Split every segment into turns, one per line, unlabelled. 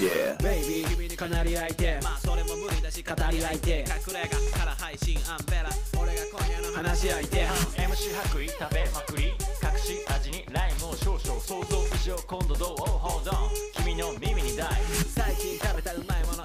Yeah
ベイビー君にかなり相手
まあそれも無理だし語り合いて隠れ家から配信アンベラ俺が今夜の話
話し相手
MC 白衣食べまくり隠し味にライムを少々想像以上今度どう Hold on 君の耳に大
最近食べたうまいもの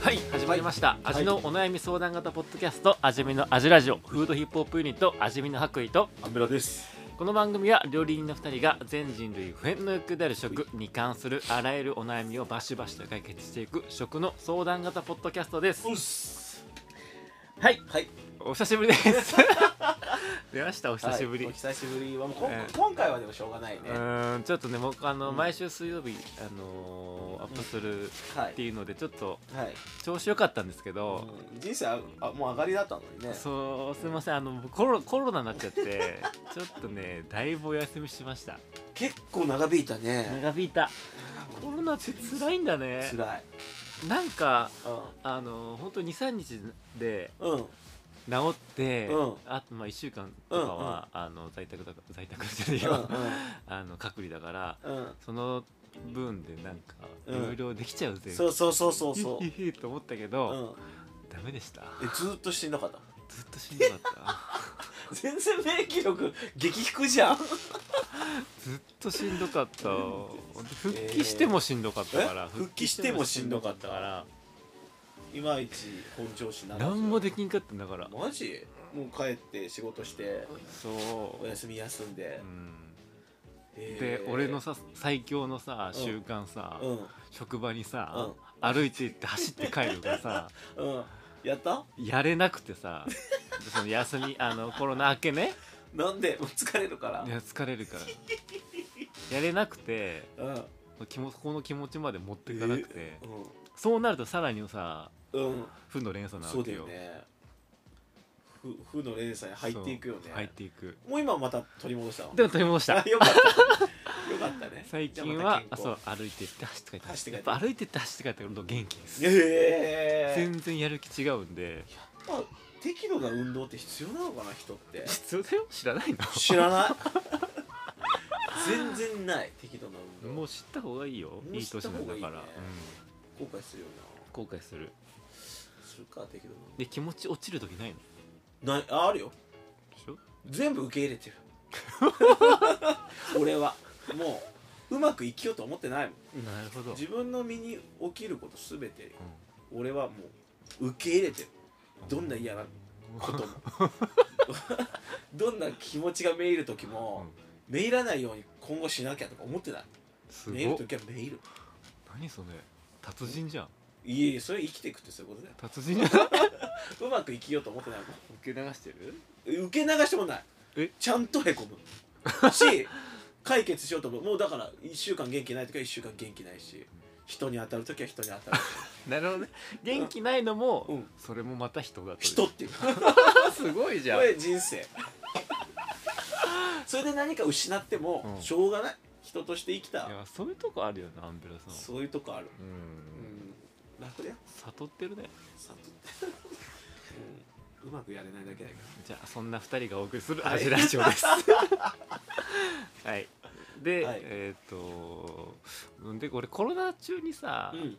はい始まりました、味のお悩み相談型ポッドキャスト味見の味ラジオフードヒップホップユニット味見の白衣と
アンベラです
この番組は料理人の2人が全人類不変の欲である食に関するあらゆるお悩みをバシバシと解決していく食の相談型ポッドキャストです
うっす
はい
はい
お久しぶりです 出ましたお久しぶり、
はいお久しぶりはもうこん
ええ
今回はでもしょうがないうね
ーんちょっとね僕あの、毎週水曜日あのーアップする
は
って
い
いうのでちょっと
はい
調子良かったんですけど、
うん人生ああもう上がりだったのにね
そうすみませんあのコロコロナになっちゃってちょっとねだいぶお休みしました
結構長引いたね
長引いたコロナって辛いんだね
辛い
なんかあの本当23日で
うんうん
治って、
うん
あとまあ1週間とかは、あの在宅だから在宅じゃないよ、あの隔離だから
うんうん
その分でなんかい
うん
ろいろできちゃうぜ、
そうそうそうそうそ
ヒヒヒと思ったけ
うう
ど、
ん
ダメでした
えずーっとしてなかった
ずっとしんどかった
全然免疫力激低じゃん
ずっとしんどかった復帰してもしんどかったから、
え復帰してもしんどかった
から
いまいち本調子ならず
何もできんかったんだから
マジもう帰って仕事して
そ
お休み休んで
う、う、ん、
へ
で
ー
俺のさ最強のさ
うん
習慣さ、
うん
職場にさ、歩いて行って走って帰るがさ
うんやった
やれなくてさその休みあのコロナ明けね
なんでも う疲れるから
いや疲れるからやれなくて
うんうん
気もこの気持ちまで持っていかなくて、そうなるとさらにさ
うん、
負の連鎖な
そう
わ
だ
け
よ
よ
ねふ負の連鎖に入っていくよ
そ
ね
う入っていく
もう今また取り戻したの
でも取り戻した
あよかったよかったね
最
じ
近
ゃま
は
た
あ
健康
そう歩いて行って走って帰って
走って帰
や
っ
ってぱ歩いてって走って帰ってくると元気です
ええ
全然やる気違うんで
まあ、適度な運動って必要なのかな人って
必要だよ知らない
知らない 全然ない適度な
の
運動
もう知った方がいいよ
う
いい
知っ
年
た
な
方
ん
が
だ
いいね
から
後悔するよ
うん後悔する
なするか適度な
で気持ち落ちる時ないの
運動ないああるよ
でしょ
全部受け入れ てる俺はもううまく生きようと思ってないもん
なるほど
自分の身に起きること全て俺はもう受け入れてるどんな嫌な こともどんな気持ちがめいる時も、めいらないように今後しなきゃとか思ってない
す
めいる
ごっ
時はめいる
何それ達人じゃん
いえいえそれ生きていくってそういうことだよ
達人じゃん受
うまく生きようと思ってないもん
け流してる
受け流してもない
え
ちゃんとへこ むし解決しようと思うもうだから1週間元気ない時は1週間元気ないし人に当たる時は人に当たるし
なるほどね元気ないのも、
うん
それもまた人だという
人っていうこ
すごいじゃん
れ人生 それで何か失っても
うん
しょうがない人として生き
い
た
やそういうとこあるよなアンベラさん
そういうとこある、う
う
んん、楽だよ
悟ってるね
悟 って、うん、うまくやれないだけだけど
じゃあそんな2人がお送りする「
はい
アジラジオ」で すはいで、
はい
えーっとうんで俺コロナ中にさ、
うん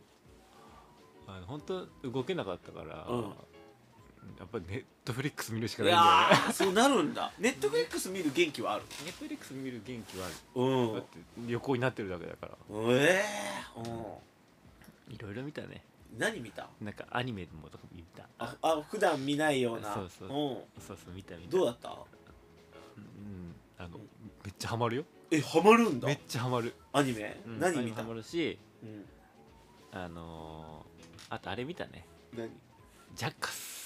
あの本当動けなかったから、
うん
やっぱりネットフリックス見るしか
い
ないん
や
だよね
ーそうなるんだネットフリックス見る元気はある
ネットフリックス見る元気はある、
うん
だって横になってるだけだから
ええうん
いろいろ見たね
何見た
なんかアニメもとか見た
ああ普段見ないような
そうそうんそうそう見た見た
どうだった
うん、あの
うん
めっちゃハマるよ
えハマるんだ
めっちゃハマる、
アニメ、
うん
何見た
ハマるし
うん、
あのー、あとあれ見たね
何
ジャッカス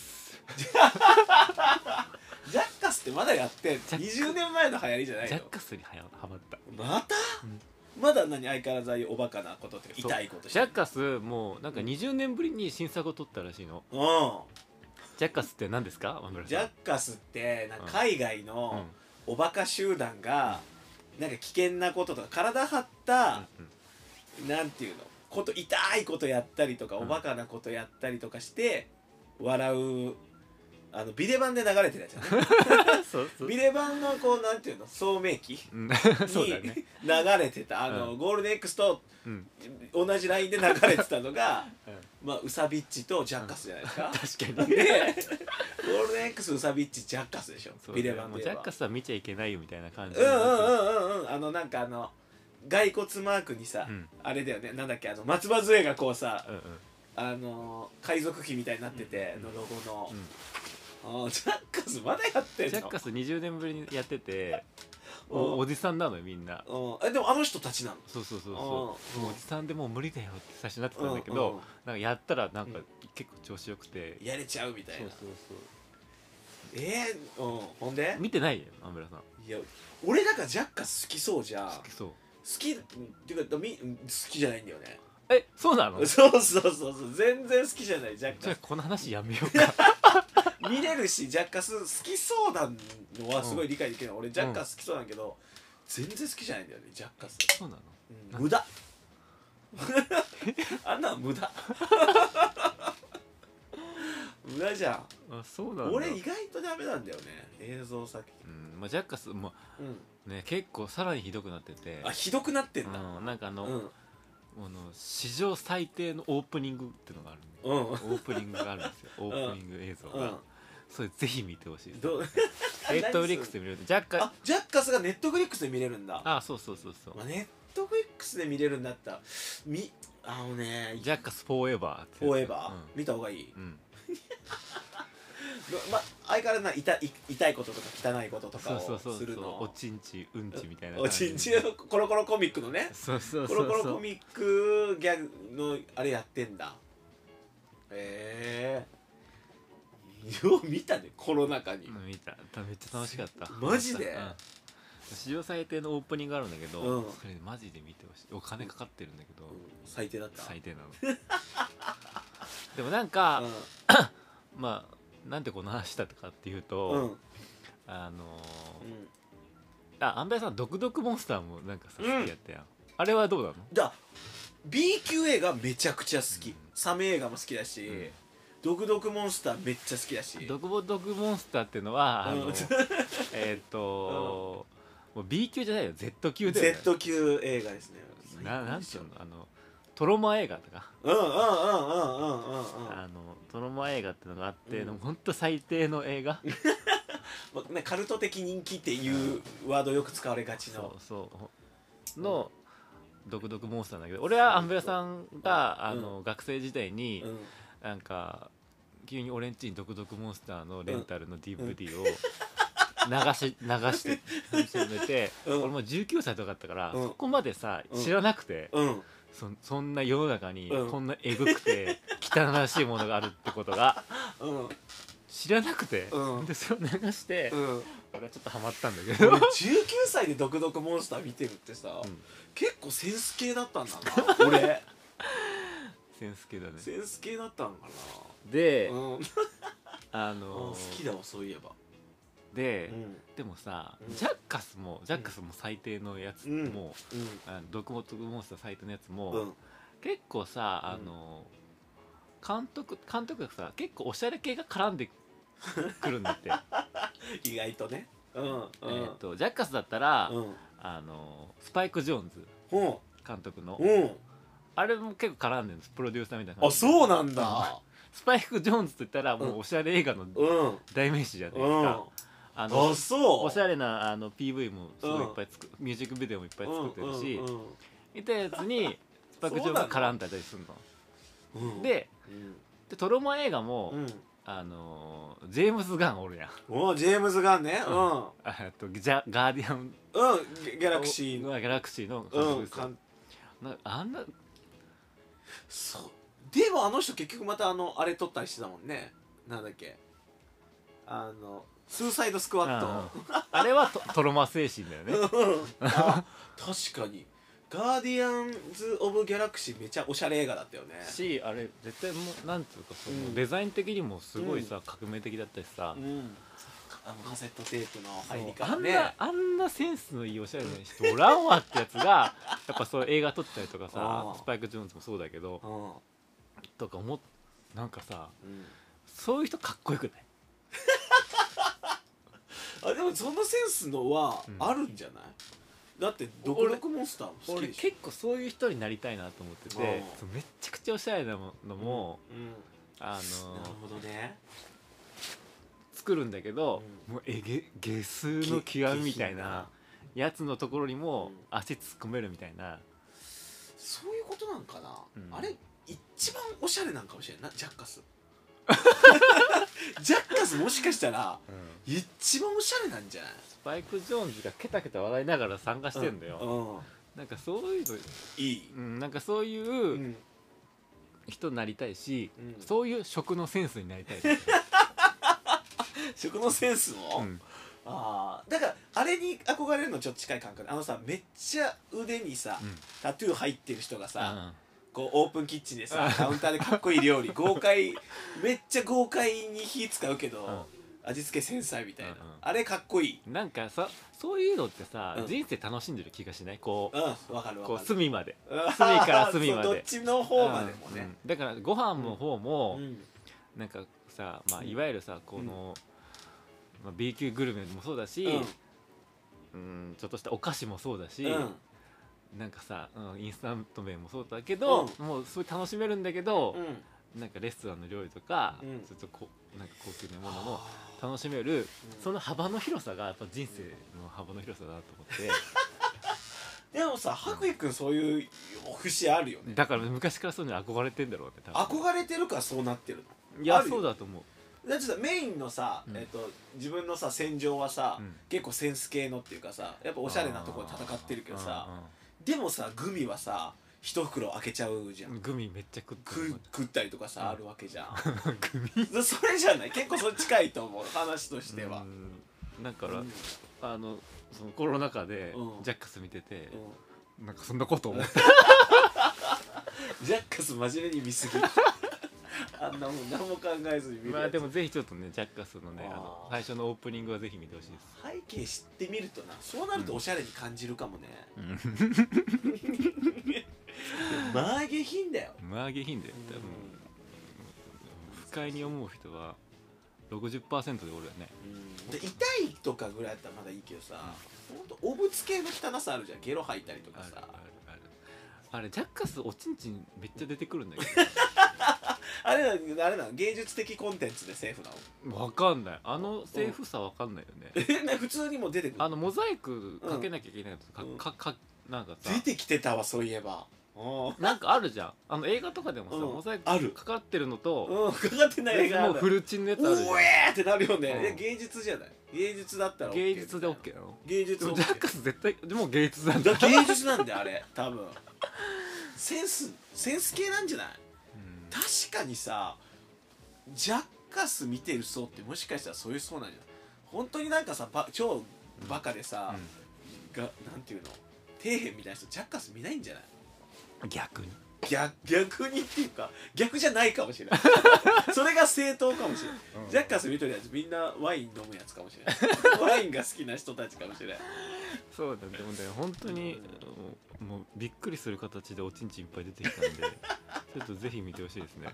ジャッカスってまだやってんの
ジャッカ
20年前の流行りじゃない
ジャッ
の
カスにはやハマった
また、
うん
まだ何相変わらずああいうおバカなことっていうか
そう
痛いことし
ジ
て
ャ
る
ッカスもうなんか20年ぶりに新作を撮ったらしいの、
うん
ジジャッカスって何ですか大村
ジ
さ
ャ
ん
ッカスってなん
うん
か海外
うん
のおバカ集団がなんか危険なこととか体張った
うん
なんていうのこと痛いことやったりとか
うん
おバカなことやったりとかして笑うあのビデ版で流れてるやつ だね
うん そうそう
ビデ版のこうなんていうの聡明期
うん そう
に
だね
流れてたあのゴールデン X と
うん
同じラインで流れてたのが
うん
まあウサビッチとジャッカスじゃないですか
確か
で
に
ゴールデン X ウサビッチジャッカスでしょ
そう
ビ
だ
デ
ね
版
も
で
う
言え
ジャ
ば
ッカスは見ちゃいけないよみたいな感じ
うんうんうんうんうんあのなんかあの骸骨マークにさ、
うん
あれだよねなんだっけあの松葉杖がこうさ
うんうん
あの海賊旗みたいになってて、のロゴの
う、ん
あージャッカスまだやってんの
ジャッカス20年ぶりにやってて
うん
おおじさんなのよみんな
うんえでもあの人たちなの
そうそうそう
あー
そ
う
う
ん
もうおじさんでもう無理だよって最初なってたんだけど、
うんうん
なんかやったらなんか
うん
結構調子よくて、
やれちゃうみたい
そう
な
そうそう
えー、うんほんで
見てないよ安村さん
いや俺だからジャッカス好きそうじゃん
好きそう
好きっていうかみ好きじゃないんだよね
えそうなのじ
そうそうそうそう全然好きじゃないジャッカス
ゃあこの話やめようか
見れるしジャッカス好きそうなのはすごい理解できる、俺ジャッカス好きそうなんだけど、全然好きじゃないんだよねジャッカス、
そうなの
うん無駄 あんなの無駄 無駄じゃん
あそうなんだ
俺意外とダメなんだよね映像作
うんまあ、ジャッカスも
品、
ね結構さらにひどくなってて
あひどくなってんだ、
うん、なんかあ
う
の,、
んうん、
あの史上最低のオープニングっていうのがあるんで
うん
オープニングがあるんですよオープニング映像が、それぜひ見てほしいです
どう
ネットフリックスで見れるジャッカ
あジャッカスがネットフリックスで見れるんだ
あそうそうそうそう
まあ、ネットフリックスで見れるんだったらみあのね
ジャッカスフォーエバーって
フォーエ
やつ
バー、見た方がいい
うん、うん
どま相変わらずな痛い痛いこととか汚いこととか
そうそう
を
そう
する
そうお
の
ちんちうんちみたいな
お
感
ち
じ
んちんコロコロコミックのね
そうそ
コ
うそ
ロ
う
コロ
そ
コ
う
ミックギャグのあれやってんだへえよう見たねコロナ禍に
うん見たためっちゃ楽しかった
マジで
うん史上最低のオープニングがあるんだけど、
うん
それマジで見てほしいお金かかってるんだけど、
最低だった
最低なの でもなんか、まあなんでこの話したとかっていうと、
うんうんうん
あのーあ安倍さん「ドクドクモンスター」もなんかさ好きやったやん、あれはどうなの
だ B 級映画めちゃくちゃ好き、
うん
サメ映画も好きだし、
うん
ドクドクモンスターめっちゃ好きだし
ドクボドクモンスターっていうのはあの、
うん
えっと、もう B 級じゃないよ Z 級だよ、ね、
Z 級映画ですね
ななんていうのあのトロマ映画とか、
うんうんうんうんうんうんうん
あのトロマ映画っていうのがあって、
うん
でもほんと最低の映画
まあねカルト的人気っていうワードよく使われがちの
そうそうの、ドクドクモンスターなんだけど俺はアンベラさんがあ
うん
の、学生時代に、
うん
なんか急に俺んちに「ドクドクモンスター」のレンタルの DVD を流 し流して始めて、
うん
俺もう19歳とかだったから、
うん
そこまでさ
うん
知らなくて、
うん
そそんな世の中に
うん
こんなえぐくて汚らしいものがあるってことが
うん
知らなくて、
うん
でそれを流して、
うん
俺はちょっとハマったんだけ
俺
ど、
19歳で「ドクドクモンスター」見てるってさ、
うん
結構センス系だったんだな俺
センス系だね
センス系だったんか
で、
な、うん、
あの
好
ー
きだわそういえばう
で、
ん
でもさ、
うん
ジャッカスもジャッカスも最低のやつ
うん
も、
うん
あの毒物モンスター最低のやつも、
うん
結構さあ
うん
の、監督監督がさ結構おしゃれ系が絡んでく るんだって、
意外とねうんうん
えー、とジャッカスだったら、
うん
あのスパイク・ジョーンズ
うん
監督の、
うん
あれも結構絡んでるんですプロデューサーみたいな感
あ
じ
そうなんだ
スパイク・ジョーンズと言ったらもうおしゃれ映画の
うんうん
代名詞じゃないですか、
あ
あの
そう
おしゃれなあの PV もすごい
うん
いっぱい作、ミュージックビデオもいっぱい作ってるし、
うんうんうん
みたいなやつにスパイク・ジョーンズが絡んだりするの
うん
で
うん
でトロマ映画も、
うん
あのージェームズ・ガンおるやん
おうジェームズ・ガンねうんうん
あえっとジャガーディアン
ギャギャラクシーの
のギャラクシーの監督
う
で
ん
すよ
かん
なあんな
そうでもあの人結局またあのあれ撮ったりしてたもんねなんだっけあのスーサイドスクワッ
うんあれはトトロマ精神だよね
トあ確かにガーディアンズ・オブ・ギャラクシーめちゃおしゃれ映画だったよね
しあれ絶対もうなんつうかその、
うん
デザイン的にもすごいさ、革命的だったしさ、
うんあのカセットテープの
そう
入り
あ
方
ん
ね
なあんなセンスのいいおしゃれな人おらんわってやつ がやっぱそう映画撮ったりとかさ
あー
スパイク・ジョーンズもそうだけど
うん
とか思っなんかさ
うん
そういう人かっこよくない
あでもそのセンスのは
うん
あるんじゃない、だって毒毒モンスターも好き
俺
でしょ
結構そういう人になりたいなと思ってて
あー
そうめっちゃくちゃおしゃれなものも、
うん
あ
なる
の
ほどね
作るんだけど、もうえげ下数の極みみたいなやつのところにも
うん
足突っ込めるみたいな、
そういうことなんかな、
うん
あれ一番おしゃれなんかもしれんないジャッカス ジャッカスもしかしたら一番おしゃれなんじゃない
スパイク・ジョーンズがケタケタ笑いながら参加してんだよ、
うんうん
なんかそういうの、
いい、
うん、なんかそういううん人になりたいし、
うん
そういう食のセンスに なりたい、
食のセンスも、
うん
ああだからあれに憧れるのちょっと近い感覚あのさめっちゃ腕にさ、
うん
タトゥー入ってる人がさ、
うん
こうオープンキッチンでさカウンターでかっこいい料理豪快めっちゃ豪快に火使うけど、味付け繊細みたいな、
うんうん
あれかっこいい
なんかさそういうのってさ、
うん
人生楽しんでる気がしないこう,、
うんわかるわか
こ
る
う隅まで
うん
隅から隅まで
そうどっちの方までも
う
ね
ん、だからご飯の方も、
うん
なんかさ、まあ、
うん
いわゆるさこの、まあ、B 級グルメもそうだし、うん、ちょっとしたお菓子もそうだし、
うん
なんかさ、うん、インスタント麺もそうだけど、もうすごい楽しめるんだけど
う、ん
なんかレストランの料理とか、
うん
ちょっとこうなんか高級なものも楽しめる、その幅の広さがやっぱ人生の幅の広さだなと思って。
でもさ白衣くんそういう節あるよね
だから昔からそういうのに憧れてんだろうね多分
憧れてるからそうなってる
いや
あるよ
そうだと思う
のだってさメインのさ、
うん
えっと自分のさ戦場はさ、
うん
結構センス系のっていうかさやっぱおしゃれなところで戦ってるけどさ、でもさグミはさ一袋開けちゃうじゃ、
うんんうんグミめっちゃ食って
食
る
う食ったりとかさ、
うん
あるわけじゃん
グミ
そそれじゃない結構それ近いと思う話としては、
うんだか
う
ら、
ん
あのそのコロナ禍で
うん
ジャッカス見てて、
うん
なんかそんなこと 思った
ジャッカス真面目に見すぎ あんなもん何も考えずに見るやつ
まあでもぜひちょっとねジャッカスのね
あー
あの最初のオープニングはぜひ見てほしいです
背景知ってみるとなそうなるとおしゃれに感じるかもね、前下品だよ、
マーゲヒンで多分不快に思う人は60%でおるよね
で痛いとかぐらいだったらまだいいけどさ、ほんとおぶつ系の汚さあるじゃんゲロ吐いたりと
あ
か
るある
さ
あるあれジャッカスおちんちんめっちゃ出てくるんだけど
あれなあれなの芸術的コンテンツでセーフなの
わかんないあのセーフさわかんないよね
えな普通にもう出てくる
あのモザイクかけなきゃいけないと
うん
かかかなんかさ
出てきてたわそういえばうん
なんかあるじゃんあの映画とかでもさ、
うん
モザイク
ある
かかってるのと、
うんかかってない映画あ
もう
る
フルチンのやつあるじ
うえーってなるよね、
うん
いや芸術じゃない芸術だった
ゃ
ら
ん
OK
芸術で OK なの
芸
で
術
も
OK
ジャッカス絶対でもう芸術なんだ
だ芸術なんであれ多分センスセンス系なんじゃない
うん
確かにさジャッカス見てる層ってもしかしたらそういう層なんじゃない本当になんかさば超バカでさ、がなんていうの底辺みたいな人ジャッカス見ないんじゃない
うん逆に
逆逆にっていうか逆じゃないかも しれないそれが正当かもしれない、
うん
ジャッカス見てるやつみんなワイン飲むやつかもし れないワインが好きな人たちかもしれない
そうだねでもね本当にもうもうびっくりする形でおちんちんいっぱい出てきた んでちょっとぜひ見てほしいですね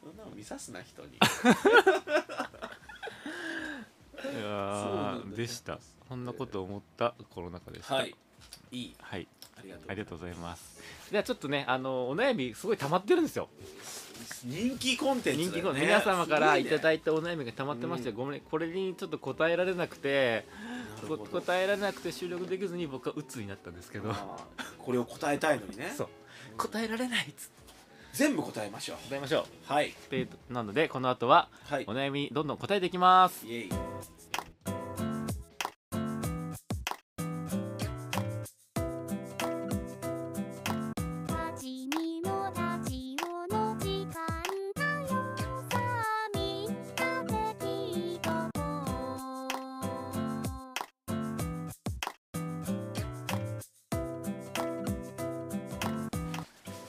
そんなの見さすな人に
いや
そうな
ー
んだ
でしたそんなこと思ったコロナ禍でした
はいいい
はい
ありがとう
ありがとうございます。じゃあちょっとね、あのお悩みすごい溜まってるんですよ。
人気コンテンツ
人
だ
気
よ
の
ね
皆様からいただ
い
いたお悩みが溜まってまして、
うん
ごめんこれにちょっと答えられなくて、
て
こ答えられなくて収録できずに僕は鬱になったんですけど、
これを答えたいのにね
そう答えられないっつって
全部答えましょう
答えましょう。
はい
っていうなのでこの後は
はい
お悩みにどんどん答えていきます。
イエイ
立ちにも立ちよの時間だよさあみんなで聞いとこう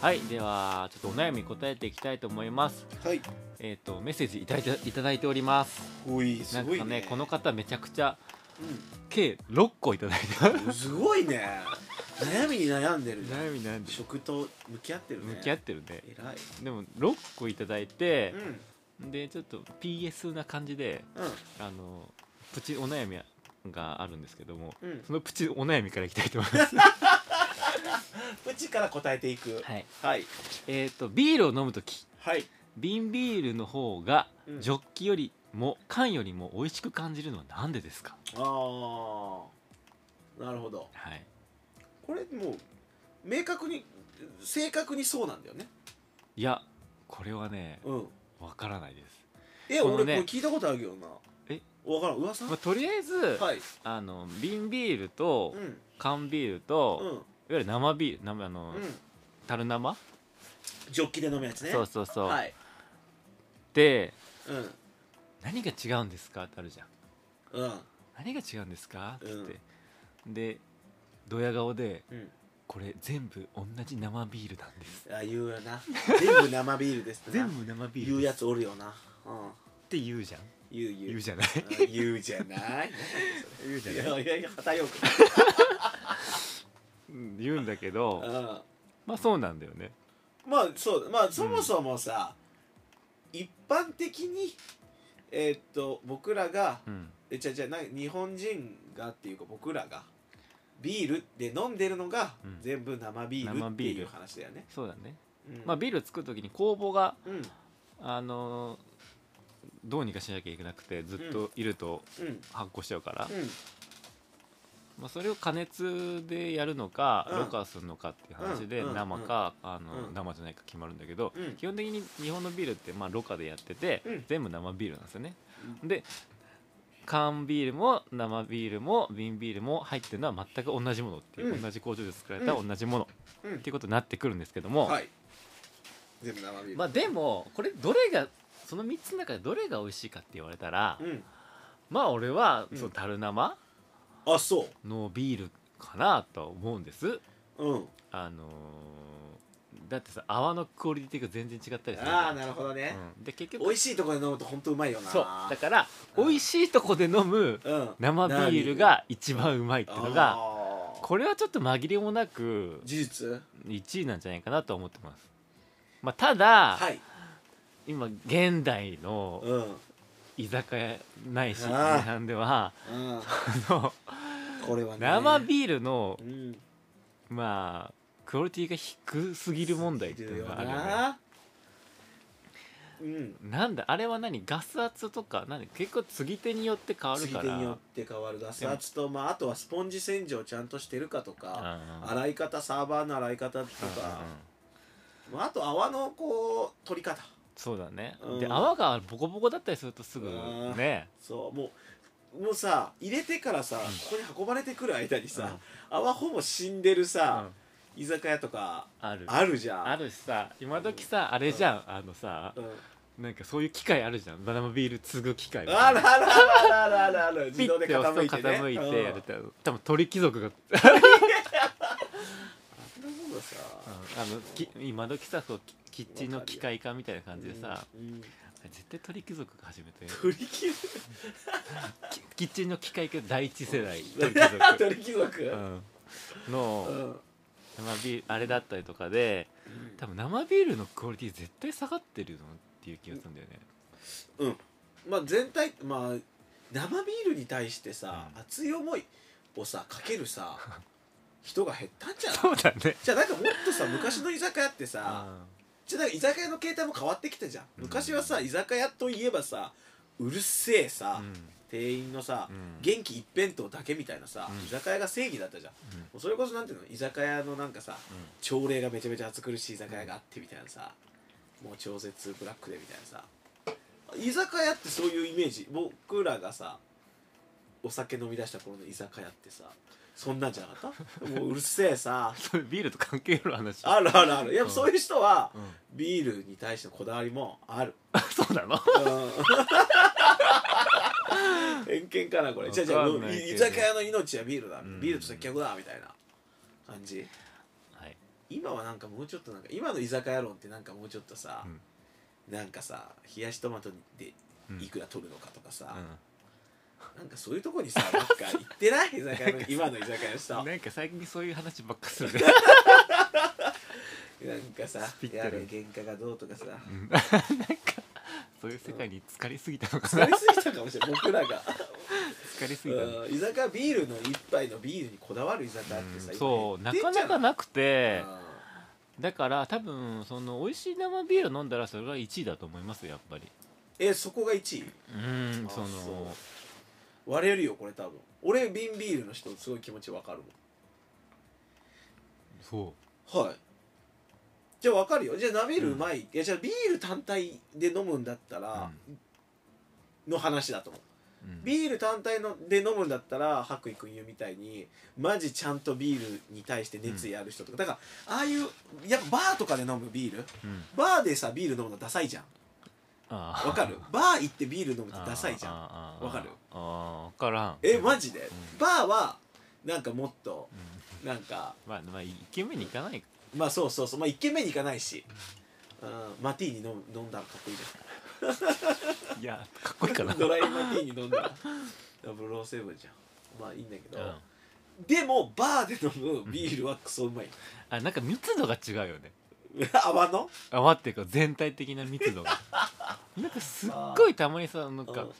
はいではちょっとお悩み答えていきたいと思います
はい
えっ、とメッセージいただいていただいております
おいす
なん
ごい
か
ね
ねこの方めちゃくちゃ計6個いただいて
うんすごいね悩みに悩んでるね
悩みなんで
食と向き合ってるね
向き合ってるね
偉い
でも6個いただいて
うんうん
でちょっと PS な感じであのプチお悩みがあるんですけども
うん
そのプチお悩みからいきたいと思います
うちから答えていく
はい
はい
えっとビールを飲む時
はい
瓶ビールの方が
うん
ジョッキよりも缶よりも美味しく感じるのはなんでですか
ああなるほど
はい
これもう明確に正確にそうなんだよね
いやこれはね
うん
わからないです、
え
この
俺こ
ね
れ聞いたことあるけどな
え
分からん噂
まあ、とりあえず、
はい
あの瓶ビールと
うん
缶ビールと、
う
いわ
ん
ゆる生ビール生あの、
うん
樽生、
ジョッキで飲むやつね
そうそうそう、
はい
で
うん
何が違うんですかってあるじゃん
うん
何が違うんですかっつって、でドヤ顔で
うん
これ全部同じ生ビールなんです
あ言うよな全部生ビールですってな
全部生ビ
言
ール
う
で
や
す
つおるよなうん
って言うじゃん
言う言
言
う
うじゃない
うん言うじゃない
言うじ
い
ゃない
やいやいや旗よく
うん言うんだけ
う
ど
ん
まあそうなんだよね
まあそうまあそもそもさ、一般的にえーっと僕らが
うん
えじゃじゃな日本人がっていうか僕らがビールで飲んでるのが
うん
全部生ビール
生
って
ビール
いう話だよね、
そうだね
うん
まあビール作る時に酵母が
うん
あのーどうにかしなきゃいけなくてずっといると
うん
発酵しちゃうから、
うん
まあ、それを加熱でやるのか、
うん
ろ過するのかっていう話で、
うんうん
生か、あの
うん
生じゃないか決まるんだけど、
うん
基本的に日本のビールって、まあ、ろ過でやってて、
うん
全部生ビールなんですよね、で缶ビールも生ビールも瓶ビールも入ってるのは全く同じものっていう、
うん
同じ工場で作られた同じもの、
うん
っていうことになってくるんですけども、
はい全部生ビール
まあでもこれどれがその3つの中でどれが美味しいかって言われたら、
うん
まあ俺は
うん
その樽生
あそ
のビールかなとは思うんです。
ううん
あのーだってさ泡のクオリティが全然違ったりするじゃん
ああなるほどね、
うん、で結
美
局
味しいとこで飲むと本当うまいよな
そうだから美味しいとこで飲む
うん
生ビールが一番うまいってのが
あー
これはちょっと紛れもなく
事実
1位なんじゃないかなと思ってます、まあ、ただ、
はい
今現代の
うんうん
居酒屋ないし
あ
日
ー
本ではあの
これはね
生ビールの
ールうん
まあクオリティが低すぎる問題っていうのがあるよね
うん
なんだあれは何ガス圧とか何結構継ぎ手によって変わる
つい
から
手によって変わるガス圧と、まあ、あとはスポンジ洗浄ちゃんとしてるかとか、
うん
洗い方サーバーの洗い方と
うんうん
か、まあ、あと泡のこう取り方
そうだね、
うん
で泡がボコボコだったりするとすぐ
うん
ね
そうもうもうさ入れてからさここに運ばれてくる間にさ、泡ほぼ死んでるさ、居酒屋とか
ある
あるじゃん
あるしさ今時さあれじゃん、あのさ
うん、
なんかそういう機械あるじゃんバナナビール継ぐ機械
あらあらあらあらあら
ピ
自動
ッ
で
て押
傾
す
い
と
てね
傾いてやる
うん
と、多分鳥 貴族が、
そんなものさ
あのき今時さそうキキッチンの機械化みたいな感じでさ、
うんうん
絶対鳥貴族が始めて
鳥貴族
キキッチンの機械化第一世 代鳥貴族
鳥貴族
うんの
うん
生ビールあれだったりとかで多分生ビールのクオリティ絶対下がってるのっていう気がするんだよね
うんまあ全体まあ生ビールに対してさ、
うん
熱い思いをさかけるさ人が減ったんじゃな
そう
い
だね
じゃあなんかもっとさ昔の居酒屋ってさ、じゃあなんか居酒屋の形態も変わってきたじゃん
ん
昔はさ居酒屋といえばさうるせえさ、
うん
店員のさ、
うん
元気一辺倒だけみたいなさ、
うん
居酒屋が正義だったじゃん、
うん
もうそれこそなんていうの居酒屋のなんかさ、朝礼がめちゃめちゃ暑苦しい居酒屋があってみたいなさもう超絶ブラックでみたいなさ居酒屋ってそういうイメージ僕らがさお酒飲み出した頃の居酒屋ってさそんなんじゃなかったもううるせえさ
それビールと関係ある話
あるあるあるやっぱ
うん
そういう人は、
うん
ビールに対してのこだわりもある
そうなの
うん 偏見かなこれじゃあじゃあ
わかんないけど
居酒屋の命はビールだ、
ん
ビールと接客だみたいな感じ
はい
い今はなんかもうちょっとなんか今の居酒屋論ってなんかもうちょっとさ、
うん
なんかさ冷やしトマトでいくら取るのかとかさ、なんかそういうとこにさなんか行ってない居酒屋の今の居酒屋の
う
さ
ん、なんか最近そういう話ばっかする ね
なんかさ
スピってる
やべ原価がどうとかさ
うんなんかそういう世界に疲れすぎたのか
疲
な
れすぎたかもしれない僕ら が
疲れすぎたね
うん居酒屋ビールの一杯のビールにこだわる居酒屋ってさ、今
うんそう
減っ
な
て
か
んじゃ
なかなく
い
て
うん
だから多分その美味しい生ビール飲んだらそれが1位だと思いますよやっぱり
えそこが1位
うん
あ
その
そう割れるよこれ多分俺瓶ビールの人すごい気持ちわかる
そ
もんはいじゃあわかるよじゃあ鍋ビールうまい,、いやじゃあビール単体で飲むんだったら、の話だと思う
う、うん
ビール単体ので飲むんだったら白衣君言うみたいにマジちゃんとビールに対して熱意ある人とか、だからああいうやっぱバーとかで飲むビール
うん
バーでさビール飲むのダサいじゃん
あー
わかるバー行ってビール飲むってダサいじゃん
ん
わかる
あーあー分からん
えマジで、
うん
バーはなんかもっとなんか
まあまあ1軒目に行かない
まあそうそうそうまあ1軒目に行かないし、うん、マティーニ飲む飲んだらかっこいいじ
いやかっこいいか
ゃ
な、
んドライマティーニ飲んだら007じゃんまあいいんだけ
う
ど、
ん、
でもバーで飲むビールはクソうまい
あなんか密度が違うよね
泡の
泡っていうか全体的な密度が なんかすっごいたまにさなん
う
か
ん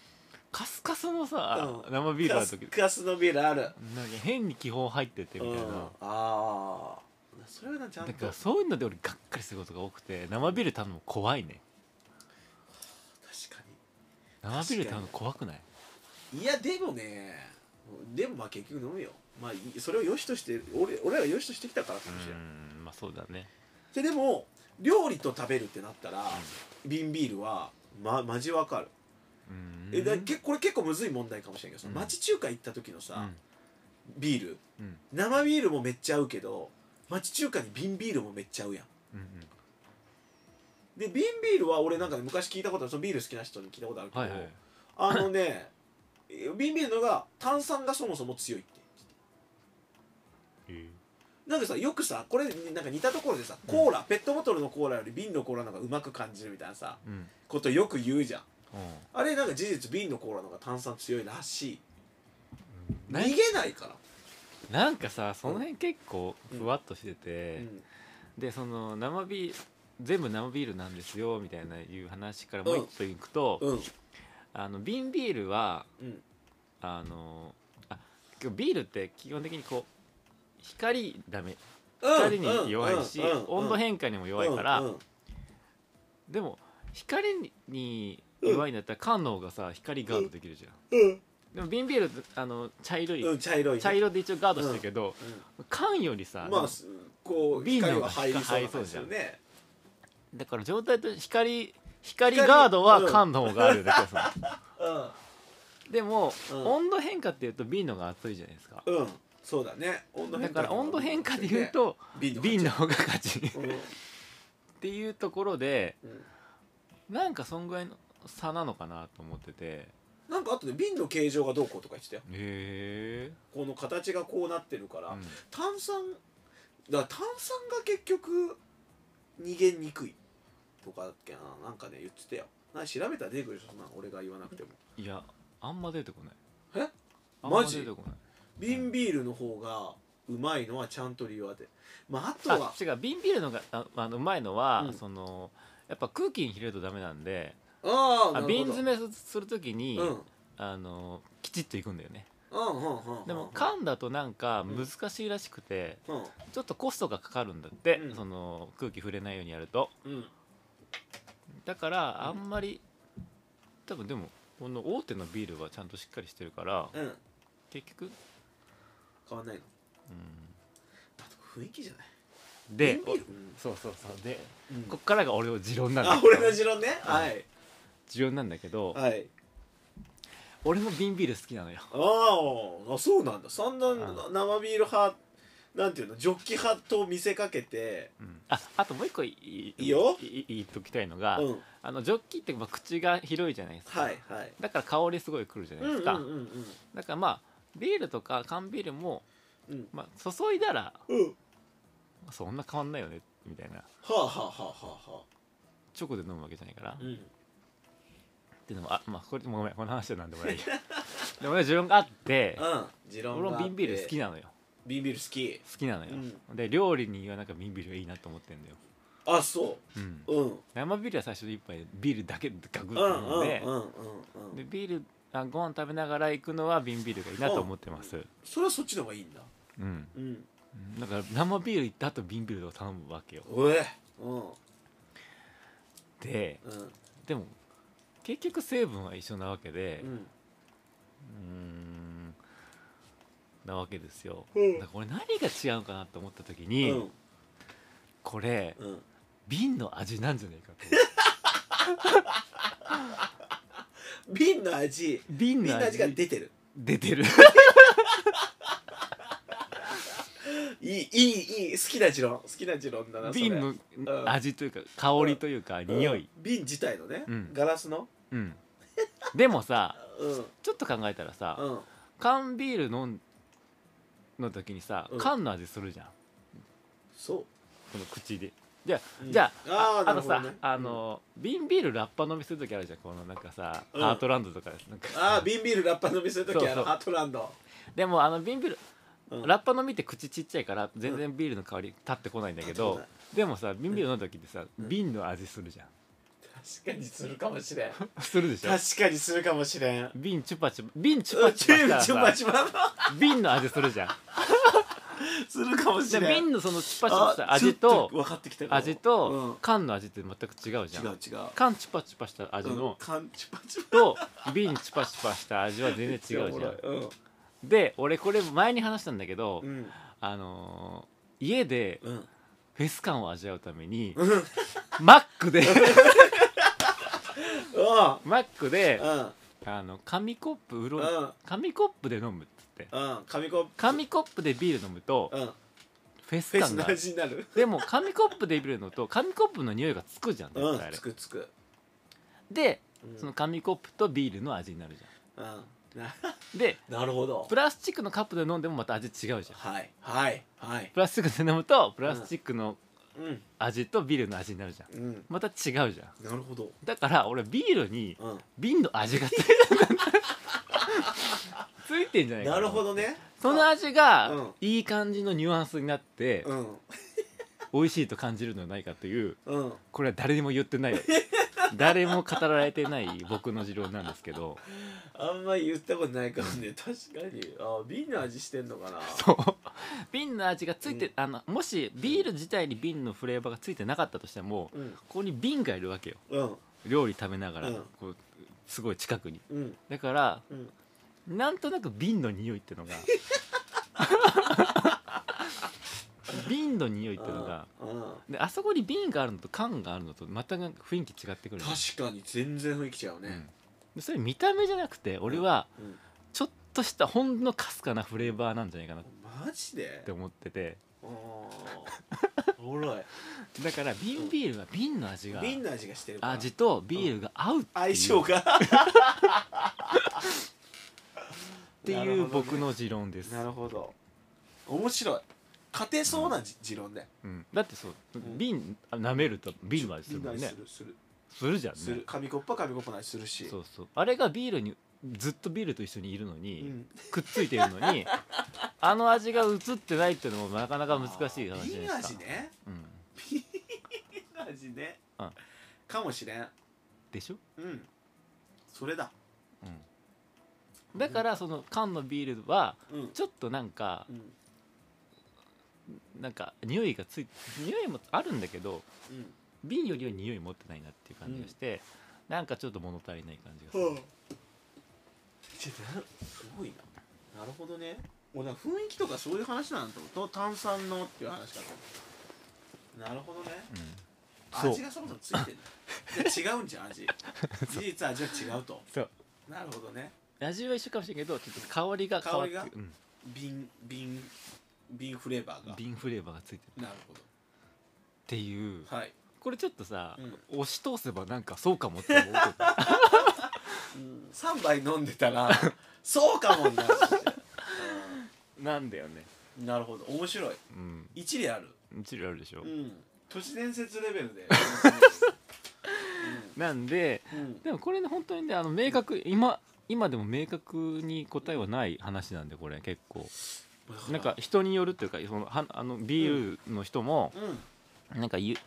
カスカスのさ、
うん
生ビールある
カス
時
カスのビールある
なんか変に気泡入っててみたいな、
うん、ああそれはなちゃん
なん
と
かそういうので俺がっかりすることが多くて生ビール頼むの怖いね
確か
生ビール頼むの怖くない
にいやでもねでもまあ結局飲むよまあいいそれを良しとして俺俺らが良しとしてきたからかもしれない、
うんまあそうだね
ででも料理と食べるってなったら瓶ビールは、ま、マジわかる
うん
えだけこれ結構むずい問題かもしれないけど
うん
さ町中華行った時のさ、ビール
うんうん
生ビールもめっちゃ合うけど町中華に瓶ビールもめっちゃ合うやん
うん
で瓶ビールは俺なんかね昔聞いたことあるそのビール好きな人に聞いたことあるけ
うん
ど、
はいはい
あのねえ瓶ビールのが炭酸がそもそも強いって
え
なんかさよくさこれなんか似たところでさコーラ、ペットボトルのコーラより瓶のコーラの方がうまく感じるみたいなさ
うんうん
ことよく言うじゃんあれなんか事実瓶のコーラの方が炭酸強いらしい逃
なん
げないから、
なんかさその辺結構ふわっとしてて、
うん
でその生ビール全部生ビールなんですよみたいないう話からもう
うん
一歩いくと、
うん
あの瓶ビールは
うん
あのあビールって基本的にこう光ダメ光に弱いし、温度変化にも弱いから、
うんうん
でも光に弱いんだったら缶の方がさ光ガードできるじゃん、
うん
でも瓶ビールあの茶色い、
うん茶色いね、
茶色で一応ガードしてるけど、
う
缶よりさ、
ん、まあすこう
瓶の
光
方
が
が
入りそうな
光
感
り
じだ
そう
よ
じ
ね
だから状態と光光ガードは缶の方があるよね、これさでも、
うん
温度変化っていうと瓶の方が熱いじゃないですか、
うんうんそうだね温度
だ
変化
から温度変化で言うと
瓶の
瓶の方が勝ちっ
うん
ていうところで
うん
なんかそんぐらいの差なのかなと思ってて
なんかあとで瓶の形状がどうこうとか言ってたよ
へえ、
この形がこうなってるから、
うん
炭酸だから炭酸が結局逃げにくいとかだっけななんかね言ってたよなんか調べたら出てくるでしょそんなの俺が言わなくても
いやあんま出てこない
え
あんま
マジ
出てこない
瓶ビールの方がうまいのはちゃんと理由あってまああとは
あ違う瓶ビールのがああのうまいのは、
うん
そのやっぱ空気に触れるとダメなんで
ああなるほ
あ
ど
瓶詰めするときに、
うんうん
あのきちっといくんだよね
うんうん
でも
か
缶だとなんか難しいらしくて、
うん
ちょっとコストがかかるんだって、
うん
その空気触れないようにやると
うん
だからあんまり、多分でもこの大手のビールはちゃんとしっかりしてるから、
うん
結局、
変わんないの
う
あと雰囲気じゃない
ん、で
瓶ビールうん
おそうそうそうで
うん
こっからが俺の持論なんだ
あ
け
俺
ど
の持論ねはい
持論なんだけど
はい
俺も瓶ビール好きなのよ
あああそうなんだそんな
あ
生ビール派なんていうのジョッキ派と見せかけて
ああともう一個いい
いいよ
いい言っときたいのが、
うん
あのジョッキってまあ口が広いじゃないですか、
はいはい
だから香りすごいくるじゃないですか、
うんうんうん
だからまあビールとか缶ビールも、
うん
まあ、注いだら
うん
そんな変わんないよねみたいな
はあはあはあはあは
チョコで飲むわけじゃないから、
あうん
っていうのもあまあこれもうごめんこの話は何でもない やでもね持論があって
うん持論
俺も瓶ビール好き
な
なのよ
瓶ビール好き
好きなのよ、
う
で料理にはなんか瓶ビールがいいなと思ってんだよ、
あそ
うん、
ううん
生ビールは最初に一杯ビールだけガグッ
うんうん
と飲んで,、
うんうんうん
でビールあご飯食べながら行くのは瓶ビールがいいなと思ってます
それはそっちの方がいいんだ
うん
うん
だから生ビール行った後瓶ビールを頼むわけよ
おえうん
で
うん
でも結局成分は一緒なわけで
う
うんーんなわけですよ、
うん
だからこれ何が違うかなと思った時に、
うん
これ
うん
瓶の味なんじゃないかと
瓶の味
瓶
瓶
の
の味
味
が出てる
出てる
いいいいいい好きな持論好きな持論だなそれ
瓶の
うん
味というか香りというか
うん
匂い、
瓶自体のね
うん
ガラスの
うんでもさ
うん
ちょっと考えたらさ、
うん
缶ビール飲んの時にさ、
うん
缶の味するじゃん
そ
この口でじゃあ、
うん
じゃ
あ
あ
ー
あ
なる
の
ほど
さ、
ね
あの瓶ビールラッパ飲みする時あるじゃんこのなんかさ、
うん
ハートランドとかなんか
うああ瓶ビールラッパ飲みすると
そう
き
そう
あのハートランド
でもあの瓶ビール
うん
ラッパ飲みって口ちっちゃいから全然ビールの香り立ってこないんだけど、
立ってこ
でもさ瓶ビール飲んだ時ってさ、瓶の味するじゃん
確かにするかもしれん確
するでしょ
かにするかもしれん
瓶チュパチュ瓶チュ
う
パ
ん
チ
チュ
ュ
ー
パ
チ
した
ュパ
らさ
チュパの
瓶の味するじゃん
するかもし
で
れん
瓶のそのチュパチュパした
あちょ
味
っと
と
分かってきたかも
味と缶の味って全く違うじ
う
ゃ
ん違うん違う
缶チュパチュパした味
うん
の
缶チュパチュパ
と瓶チュパチュパした味は全然違うじゃ
おも
ん
ろい
で俺これ前に話したんだけど、
うんうん
あのー家で
うん
フェス感を味わうために、
うん
マックで
うん
マックで
うん
あの紙コップうろ
うん
紙コップで飲むっつって
うん紙コップ
紙コップでビール飲むと
うん
フェス
フェ
感
スの
が
味になる
でも紙コップでビール飲むと紙コップの匂いがつくじゃん
う
絶
ん
対あれ
つくつく
で
うん
その紙コップとビールの味になるじゃ
うんなん
で
なるほど
プラスチックのカップで飲んでもまた味違うじゃん
はいはいはい
プラスチックで飲むとプラスチックの
うん
味とビールの味になるじゃん
うん
また違うじゃん
なるほど
だから俺ビールに
うん
瓶の味がついてついてんじゃないか
なるほどね
その味
う
が
ん
いい感じのニュアンスになって
うん
美味しいと感じるのではないかという
うん
これは誰にも言って ない誰も語られてない僕の持論なんですけど
あんまり言ったことないかもね確かにあ瓶の味してんのかな
そう瓶の味がついて、
うん
あのもしビール自体に瓶のフレーバーがついてなかったとしても
ううん
ここに瓶がいるわけよ
うん
料理食べながら、
うん
こうすごい近くに
うん
だから
うん
なんとなく瓶の匂いっ てのが瓶の匂いってのが
うん
であそこに瓶があるのと缶があるのとまたなんか雰囲気違ってくるの
確かに全然雰囲気違う
う
ね
んでそれ見た目じゃなくて俺は
うん
ちょっとしたほんのかすかなフレーバーなんじゃないかなっ
マジで
て思ってて
おーおも ろい
だから瓶ビールは瓶の味が
瓶の味がしてるから
味とビールが合うっていう
相性
っ
が
て
ないるほ
う
どね
僕の持論です
なるほど面白い勝てそうなじ持論だよ
うんだってそう
うん
瓶舐めると瓶の味する
瓶の
もん
味
ね
するする
するじゃんね
する紙コップは紙コップの味するし
そうそうあれがビールにずっとビールと一緒にいるのに、
うん
くっついてる のにあの味が映ってないっていうのもなかなか難しい話じゃ
瓶
ないです
味
か
ね
うん、
瓶味ね
うん
かもしれん
でしょ、
うんそれだ
うん、だからその缶のビールは
うん
ちょっとなんか
うん
なんか匂いがつい匂いもあるんだけど
うん
瓶よりは匂い持ってないなっていう感じがして、なんかちょっと物足りない感じがする、
はあちょなすごいななるほどねもうなんか雰囲気とかそういう話なんだと思うと炭酸のっていう話かと思ったなるほどね
うんそう
味がそもそもついてんだじゃあ違うんじゃん 味事実味は違うと
そう
なるほどね
味は一緒かもしれないけどちょっと香りが変わって
香り
うん、
瓶瓶瓶フレーバーが
瓶フレーバーがついてるっ
なるほ
ていう
どはい
これちょっとさ、
う
押し通せばなんかそうかもって思うけど
3杯飲んでたらそうかもになるかもしれない
なんだよね
うんなるほど面白い
うん
一理ある
種類あるでしょ、
うん都市伝説レベルで
なんで
うんうん
でもこれね本当にねあの明確今今でも明確に答えはない話なんでこれ結構なんか人によるっていうかそのはあのビールの人も
うん
なんか言う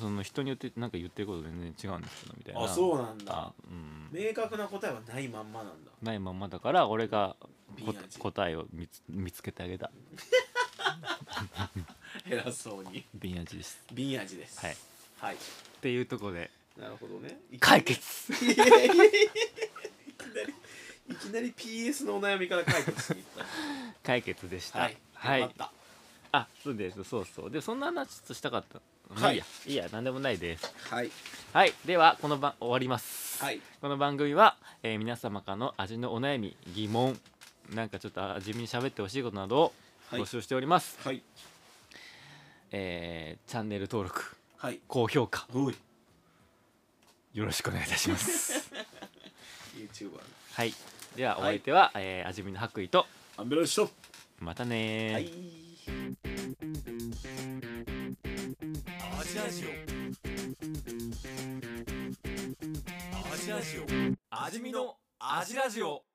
その人によってなんか言ってること全然違うんですけどみたいな
あそうなんだ
あうん
明確な答えはないまんまなんだ
ないまんまだから俺がこ
いい味
答えを見つ見つけてあげた
偉そうに
ビン味です
瓶味です
はい
はい
っていうところで
なるほどねいきなり
解決
いやいやいやいきなりいきなり PS のお悩みから解決しに行っ
解決でしたたはい
よかった
あそうですそうそうでそんな話ちょっとしたかった
はい
まあいいやいいや何でもないです
はい
はいではこの番終わります、
はい
この番組は、えー皆様からの味のお悩み疑問なんかちょっと味見に喋ってほしいことなどを
はい
募集しております、
はい
えーチャンネル登録
はい
高評価
おい
よろしくお願いいたします
YouTuber
はいではお相手は、えー味見の白衣と
アンベラショッ
またねー、
はい
アジラジオアジラジオ味見のアジラジオ